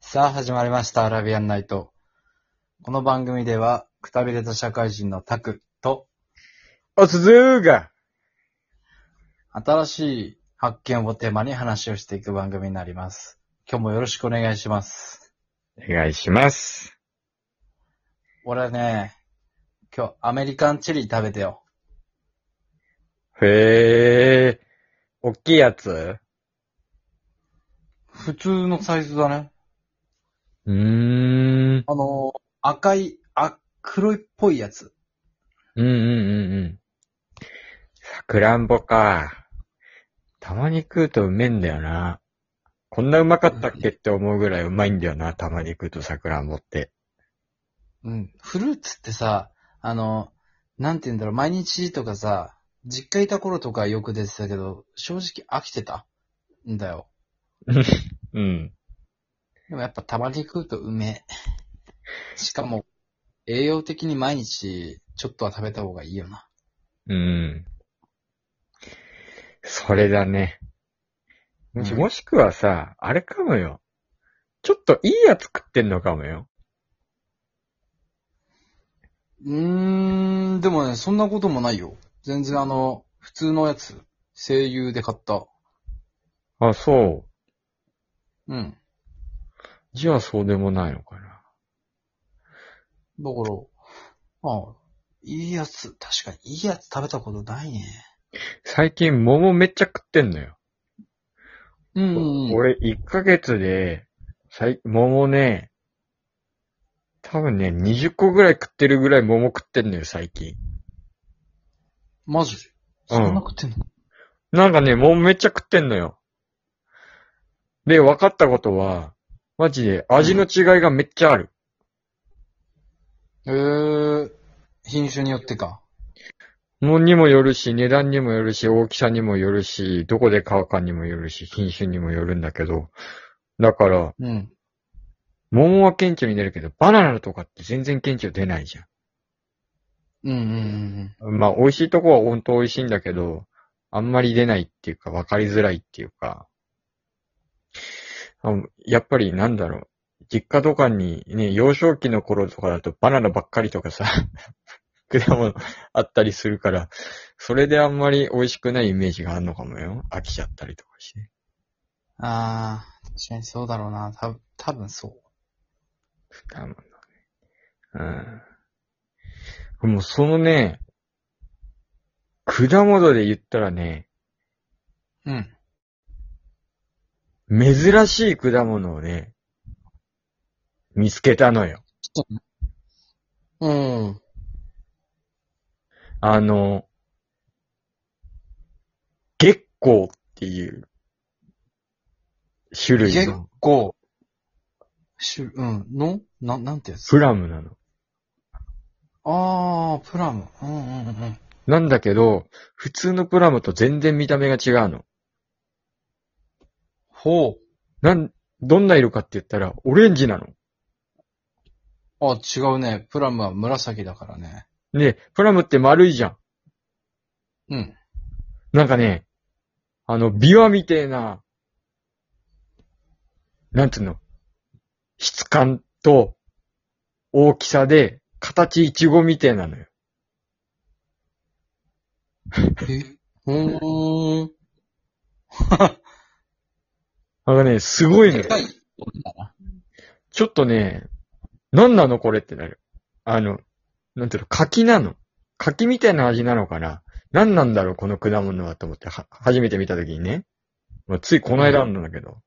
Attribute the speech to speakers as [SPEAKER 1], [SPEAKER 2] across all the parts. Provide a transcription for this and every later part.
[SPEAKER 1] さあ、始まりました。アラビアンナイト。この番組では、くたびれた社会人のタクと、
[SPEAKER 2] おつずーが
[SPEAKER 1] 新しい発見をテーマに話をしていく番組になります。今日もよろしくお願いします。
[SPEAKER 2] お願いします。
[SPEAKER 1] 俺ね、今日アメリカンチリ食べてよ。
[SPEAKER 2] へえ。おっきいやつ
[SPEAKER 1] 普通のサイズだね。
[SPEAKER 2] うーん。
[SPEAKER 1] あの、赤い、あ、黒いっぽいやつ。
[SPEAKER 2] うんうんうんうん。さくらんぼか。たまに食うとうめえんだよな。こんなうまかったっけって思うぐらいうまいんだよな。たまに食うとさくらんぼって。
[SPEAKER 1] うん。フルーツってさ、あの、なんて言うんだろう、毎日とかさ、実家いた頃とかよく出てたけど、正直飽きてたんだよ。
[SPEAKER 2] うん。
[SPEAKER 1] でもやっぱたまに食うとうめえ。しかも、栄養的に毎日ちょっとは食べた方がいいよな。
[SPEAKER 2] うん。それだね。もし、
[SPEAKER 1] うん
[SPEAKER 2] もしくはさ、あれかもよ。ちょっといいやつ食ってんのかもよ。
[SPEAKER 1] うーん、でもね、そんなこともないよ。全然あの、普通のやつ、声優で買った。
[SPEAKER 2] あ、そう。
[SPEAKER 1] うん。
[SPEAKER 2] じゃあそうでもないのかな。
[SPEAKER 1] だから、ああ、いいやつ、確かにいいやつ食べたことないね。
[SPEAKER 2] 最近桃めっちゃ食ってんのよ。
[SPEAKER 1] うんうんうん。
[SPEAKER 2] 俺1ヶ月で、最桃ね、多分ね、20個ぐらい食ってるぐらい桃食ってんのよ、最近。
[SPEAKER 1] マジでそんな食ってんの、
[SPEAKER 2] なんかね、桃めっちゃ食ってんのよ。で、分かったことは、マジで味の違いがめっちゃある。
[SPEAKER 1] へえ、品種によってか。
[SPEAKER 2] ものにもよるし、値段にもよるし、大きさにもよるし、どこで買うかにもよるし、品種にもよるんだけど。だから、
[SPEAKER 1] うん。
[SPEAKER 2] 桃は顕著に出るけど、バナナとかって全然顕著出ないじゃん。
[SPEAKER 1] うんうんうん
[SPEAKER 2] まあ、美味しいとこは本当美味しいんだけど、あんまり出ないっていうか、分かりづらいっていうか、あのやっぱりなんだろう、実家とかにね、幼少期の頃とかだとバナナばっかりとかさ、 果物あったりするから、それであんまり美味しくないイメージがあるのかもよ。飽きちゃったりとかして。
[SPEAKER 1] うん。ああ、確かにそうだろうな。た多分そう。
[SPEAKER 2] 果物ね。うん。もうそのね、果物で言ったらね、
[SPEAKER 1] うん。
[SPEAKER 2] 珍しい果物をね、見つけたのよ。
[SPEAKER 1] うん。
[SPEAKER 2] あの、月光っていう種類
[SPEAKER 1] 結
[SPEAKER 2] の
[SPEAKER 1] 構、しゅ、うん、のな、なんてやつ
[SPEAKER 2] プラムなの。
[SPEAKER 1] ああ、プラム。うんうんうんうん。
[SPEAKER 2] なんだけど、普通のプラムと全然見た目が違うの。
[SPEAKER 1] ほ
[SPEAKER 2] なん、どんな色かって言ったら、オレンジなの。
[SPEAKER 1] う。あ、違うね。プラムは紫だからね。
[SPEAKER 2] で、プラムって丸いじゃん。
[SPEAKER 1] うん。
[SPEAKER 2] なんかね、あの、ビワみてえな、なんつうの、質感と大きさで、形イチゴみてえなのよ。
[SPEAKER 1] え、うーん。
[SPEAKER 2] なんかね、すごいの
[SPEAKER 1] で
[SPEAKER 2] よ。
[SPEAKER 1] かい。
[SPEAKER 2] ちょっとね、なんなのこれってなる。あの、なんていうの、柿なの柿みたいな味なのかななんなんだろうこの果物はと思って、は、初めて見たときにね。まあ、ついこの間なんだけど。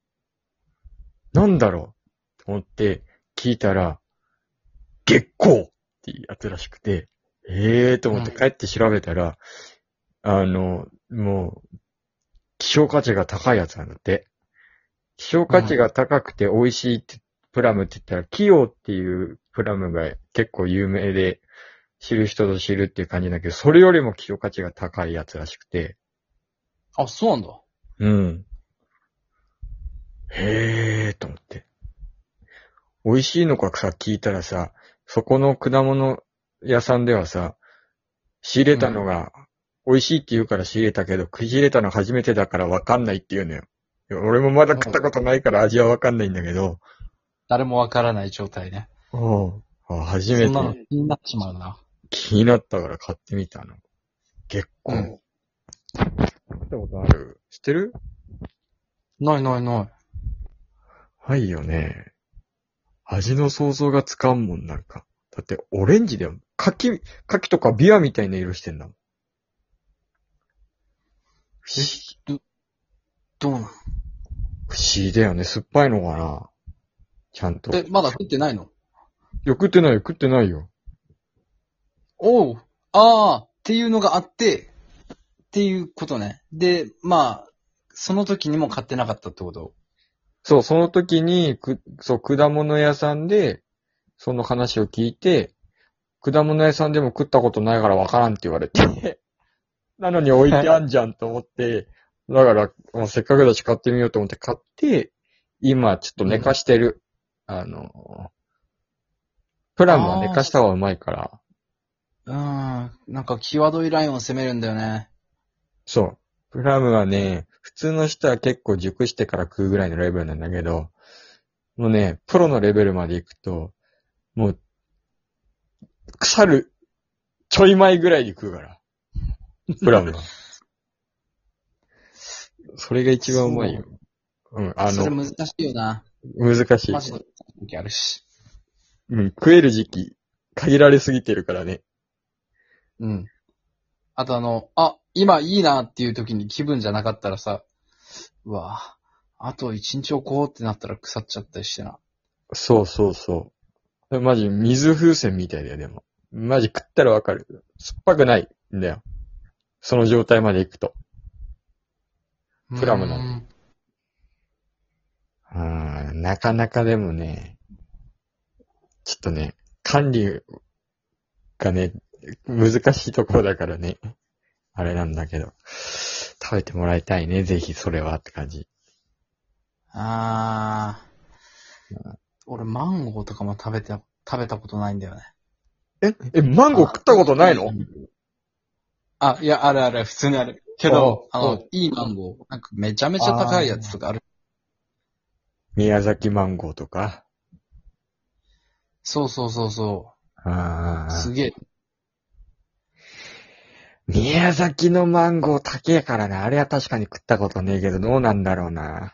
[SPEAKER 2] なんだろうと思って聞いたら、月光っていうやつらしくて、ええーと思って
[SPEAKER 1] うん
[SPEAKER 2] 帰って調べたら、あの、もう、希少価値が高いやつなんだって。希少価値が高くて美味しいってプラムって言ったら、キヨっていうプラムが結構有名で、知る人ぞ知るっていう感じだけど、それよりも希少価値が高いやつらしくて。
[SPEAKER 1] あ、そうなんだ。
[SPEAKER 2] うん。へえーと思って。美味しいのかさ、聞いたらさ、そこの果物屋さんではさ、仕入れたのが、美味しいって言うから仕入れたけど、くじれたの初めてだからわかんないって言うのよ。いや俺もまだ食ったことないから味はわかんないんだけど、
[SPEAKER 1] 誰もわからない状態ね。
[SPEAKER 2] うん。あ初
[SPEAKER 1] そ
[SPEAKER 2] め
[SPEAKER 1] んなの
[SPEAKER 2] て
[SPEAKER 1] 気になっちまうな。
[SPEAKER 2] 気になったから買ってみたの。結婚。
[SPEAKER 1] うん
[SPEAKER 2] 買ったことある知ってる
[SPEAKER 1] ないないない。
[SPEAKER 2] はいよね。味の想像がつかんもん、なんか。だって、オレンジだよ。柿、柿とかビアみたいな色してんだもん。不思
[SPEAKER 1] え、
[SPEAKER 2] 議
[SPEAKER 1] ど、どうな
[SPEAKER 2] 不思議だよね。酸っぱいのかなちゃんと。
[SPEAKER 1] のえ、まだ食ってないの
[SPEAKER 2] よ、食ってないよ、食ってないよ。
[SPEAKER 1] おう、ああ、っていうのがあって、っていうことね。で、まあ、その時にも買ってなかったってこと
[SPEAKER 2] そう、その時に、く、そう、果物屋さんで、その話を聞いて、果物屋さんでも食ったことないからわからんって言われて、 なのに置いてあんじゃんと思って、だから、もうせっかくだし買ってみようと思って買って、今ちょっと寝かしてる。あの、プラムは寝かした方がうまいから、
[SPEAKER 1] うーん、なんか際どいラインを攻めるんだよね。
[SPEAKER 2] そう。プラムはね、普通の人は結構熟してから食うぐらいのレベルなんだけど、もうね、プロのレベルまで行くと、もう、腐る、ちょい前ぐらいに食う から。プラムは。それが一番うまいよ。うん、あ
[SPEAKER 1] それ
[SPEAKER 2] の、
[SPEAKER 1] 難しいよな。
[SPEAKER 2] 難しい
[SPEAKER 1] マ。ジで。時あるし。
[SPEAKER 2] うん、食える時期、限られすぎてるからね。
[SPEAKER 1] うん。あとあの、あ、今いいなっていう時に気分じゃなかったらさ、うわあと一日置こうってなったら腐っちゃったりしてな。
[SPEAKER 2] そうそうそう。マジ、水風船みたいだよ、でも。マジ食ったらわかる。酸っぱくないんだよ。その状態まで行くと。プラムなの
[SPEAKER 1] うん
[SPEAKER 2] あーなかなかでもね、ちょっとね、管理がね、難しいところだからね。あれなんだけど。食べてもらいたいね、ぜひそれはって感じ。
[SPEAKER 1] あー。俺マンゴーとかも食べて、食べたことないんだよね。
[SPEAKER 2] え、え、マンゴー食ったことないの
[SPEAKER 1] あ、いや、あるある、普通にある。けど、
[SPEAKER 2] お
[SPEAKER 1] あ
[SPEAKER 2] うお
[SPEAKER 1] の、いいマンゴー。なんかめちゃめちゃ高いやつとかある。
[SPEAKER 2] 宮崎マンゴーとか。
[SPEAKER 1] そうそうそうそ
[SPEAKER 2] あ
[SPEAKER 1] う。
[SPEAKER 2] ー
[SPEAKER 1] すげえ。
[SPEAKER 2] 宮崎のマンゴー高えからな。あれは確かに食ったことねえけど、どうなんだろうな。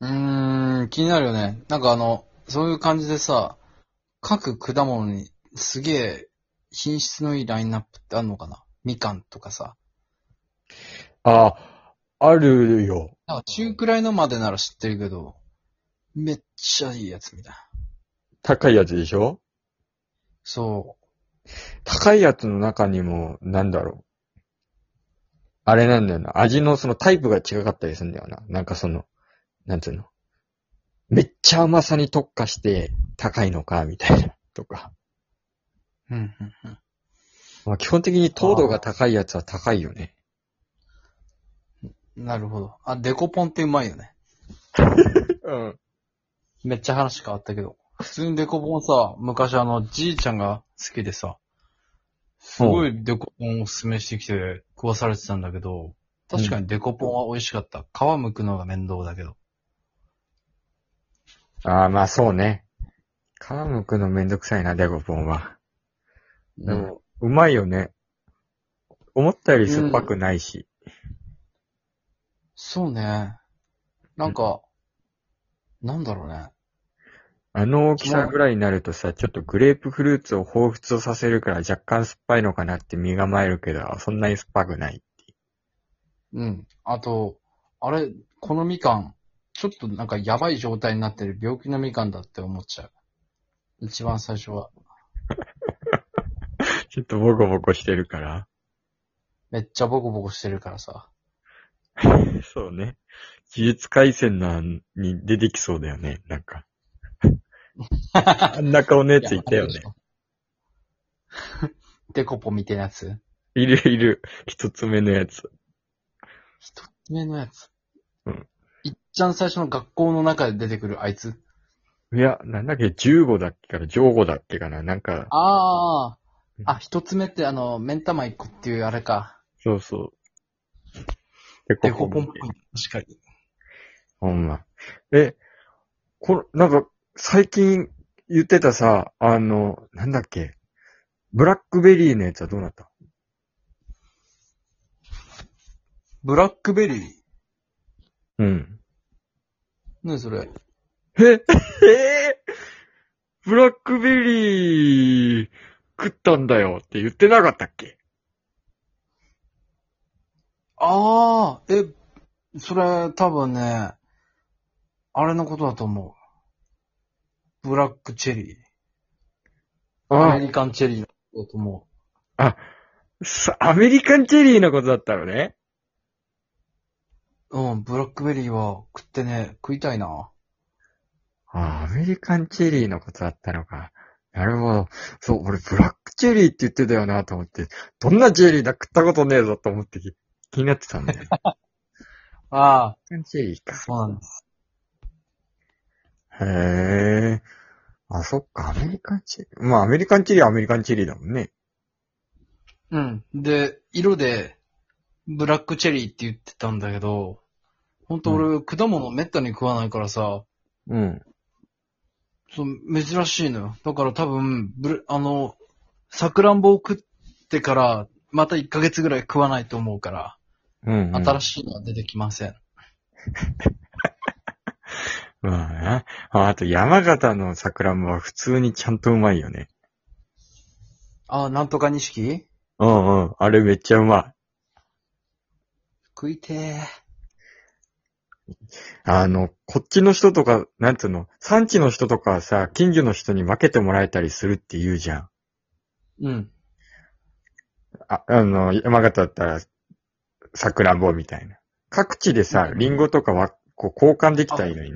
[SPEAKER 1] うーん、気になるよね。なんかあの、そういう感じでさ、各果物にすげえ品質のいいラインナップってあるのかなみかんとかさ。
[SPEAKER 2] あ、あるよ。
[SPEAKER 1] なんか中くらいのまでなら知ってるけど、めっちゃいいやつみたいな。
[SPEAKER 2] 高いやつでしょ
[SPEAKER 1] そ
[SPEAKER 2] 高いやつの中にも、なんだろう。あれなんだよな。味のそのタイプが違かったりするんだよな。なんかその、なんつうの。めっちゃ甘さに特化して高いのか、みたいな。とか。
[SPEAKER 1] う。うん、うん、うん。
[SPEAKER 2] まあ、基本的に糖度が高いやつは高いよね。
[SPEAKER 1] なるほど。あ、デコポンってうまいよね。
[SPEAKER 2] うん。
[SPEAKER 1] めっちゃ話変わったけど。普通にデコポンさ、昔あの、じいちゃんが好きでさ、すごいデコポンをおすすめしてきて食わされてたんだけど、確かにデコポンは美味しかった。皮むくのが面倒だけど。
[SPEAKER 2] ああ、まあそうね。皮むくのめんどくさいな、デコポンは。で
[SPEAKER 1] うん
[SPEAKER 2] も、うまいよね。思ったより酸っぱくないし。
[SPEAKER 1] そうね。なんか、なんだろうね。
[SPEAKER 2] あの大きさぐらいになるとさ、ちょっとグレープフルーツを彷彿とさせるから若干酸っぱいのかなって身構えるけど、そんなに酸っぱくない。
[SPEAKER 1] うん。あと、あれ、このみかん、ちょっとなんかやばい状態になってる病気のみかんだって思っちゃう。一番最初は。
[SPEAKER 2] ちょっとボコボコしてるから。
[SPEAKER 1] めっちゃボコボコしてるからさ。
[SPEAKER 2] そうね。技術回線なんに出てきそうだよね、なんか。あんな顔のやついたよね。。
[SPEAKER 1] デコポみたいなやつ。
[SPEAKER 2] いるいる。一つ目のやつ。
[SPEAKER 1] 一つ目のやつ。
[SPEAKER 2] うん。
[SPEAKER 1] いっちゃん最初の学校の中で出てくるあいつ。
[SPEAKER 2] いや、なんだっけ、15だっけから、上後だっけかな、なんか、
[SPEAKER 1] ああ。あ、一つ目ってあの、目ん玉一個っていうあれか。
[SPEAKER 2] そうそう。で
[SPEAKER 1] デコポンっ
[SPEAKER 2] ここ
[SPEAKER 1] ぽい。確かに。
[SPEAKER 2] ほんま。え、この、なんか、最近言ってたさ、あの、なんだっけ、ブラックベリーのやつはどうなった
[SPEAKER 1] ブラックベリー。
[SPEAKER 2] うん。
[SPEAKER 1] ねそれ。
[SPEAKER 2] え、えーブラックベリー食ったんだよって言ってなかったっけ
[SPEAKER 1] ああ、え、それ多分ね、あれのことだと思う。ブラックチェリー。アメリカンチェリーのことだと思
[SPEAKER 2] さアメリカンチェリーのことだったのね。
[SPEAKER 1] う。うん、ブラックベリーは食ってね、食いたいな。
[SPEAKER 2] あアメリカンチェリーのことだったのか。なるほど。そう、俺ブラックチェリーって言ってたよなと思って、どんなチェリーだ食ったことねえぞと思ってき気になってたん だよ。ブラッ
[SPEAKER 1] あ
[SPEAKER 2] クチェリー
[SPEAKER 1] あ、
[SPEAKER 2] か。
[SPEAKER 1] そうなんです。
[SPEAKER 2] へえ。あ、そっか、アメリカンチェリー。まあ、アメリカンチェリーはアメリカンチェリーだもんね。
[SPEAKER 1] うん。で、色で、ブラックチェリーって言ってたんだけど、ほんと俺、果物めったに食わないからさ、
[SPEAKER 2] うん。
[SPEAKER 1] そう、珍しいのよ。だから多分、ブル、あの、サクランボを食ってから、また1ヶ月ぐらい食わないと思うから、
[SPEAKER 2] うん、うん。
[SPEAKER 1] 新しいのは出てきません。
[SPEAKER 2] まあな。ああと、山形の桜もは普通にちゃんとうまいよね。
[SPEAKER 1] あ、なんとか錦
[SPEAKER 2] うんうん。あれめっちゃうま
[SPEAKER 1] 食いてー。
[SPEAKER 2] い。あの、こっちの人とか、なんつうの、産地の人とかはさ、近所の人に分けてもらえたりするって言うじゃん。
[SPEAKER 1] うん。
[SPEAKER 2] あ、あの、山形だったら、桜んぼみたいな。各地でさ、リンゴとかは、こう、交換できたらいいのにね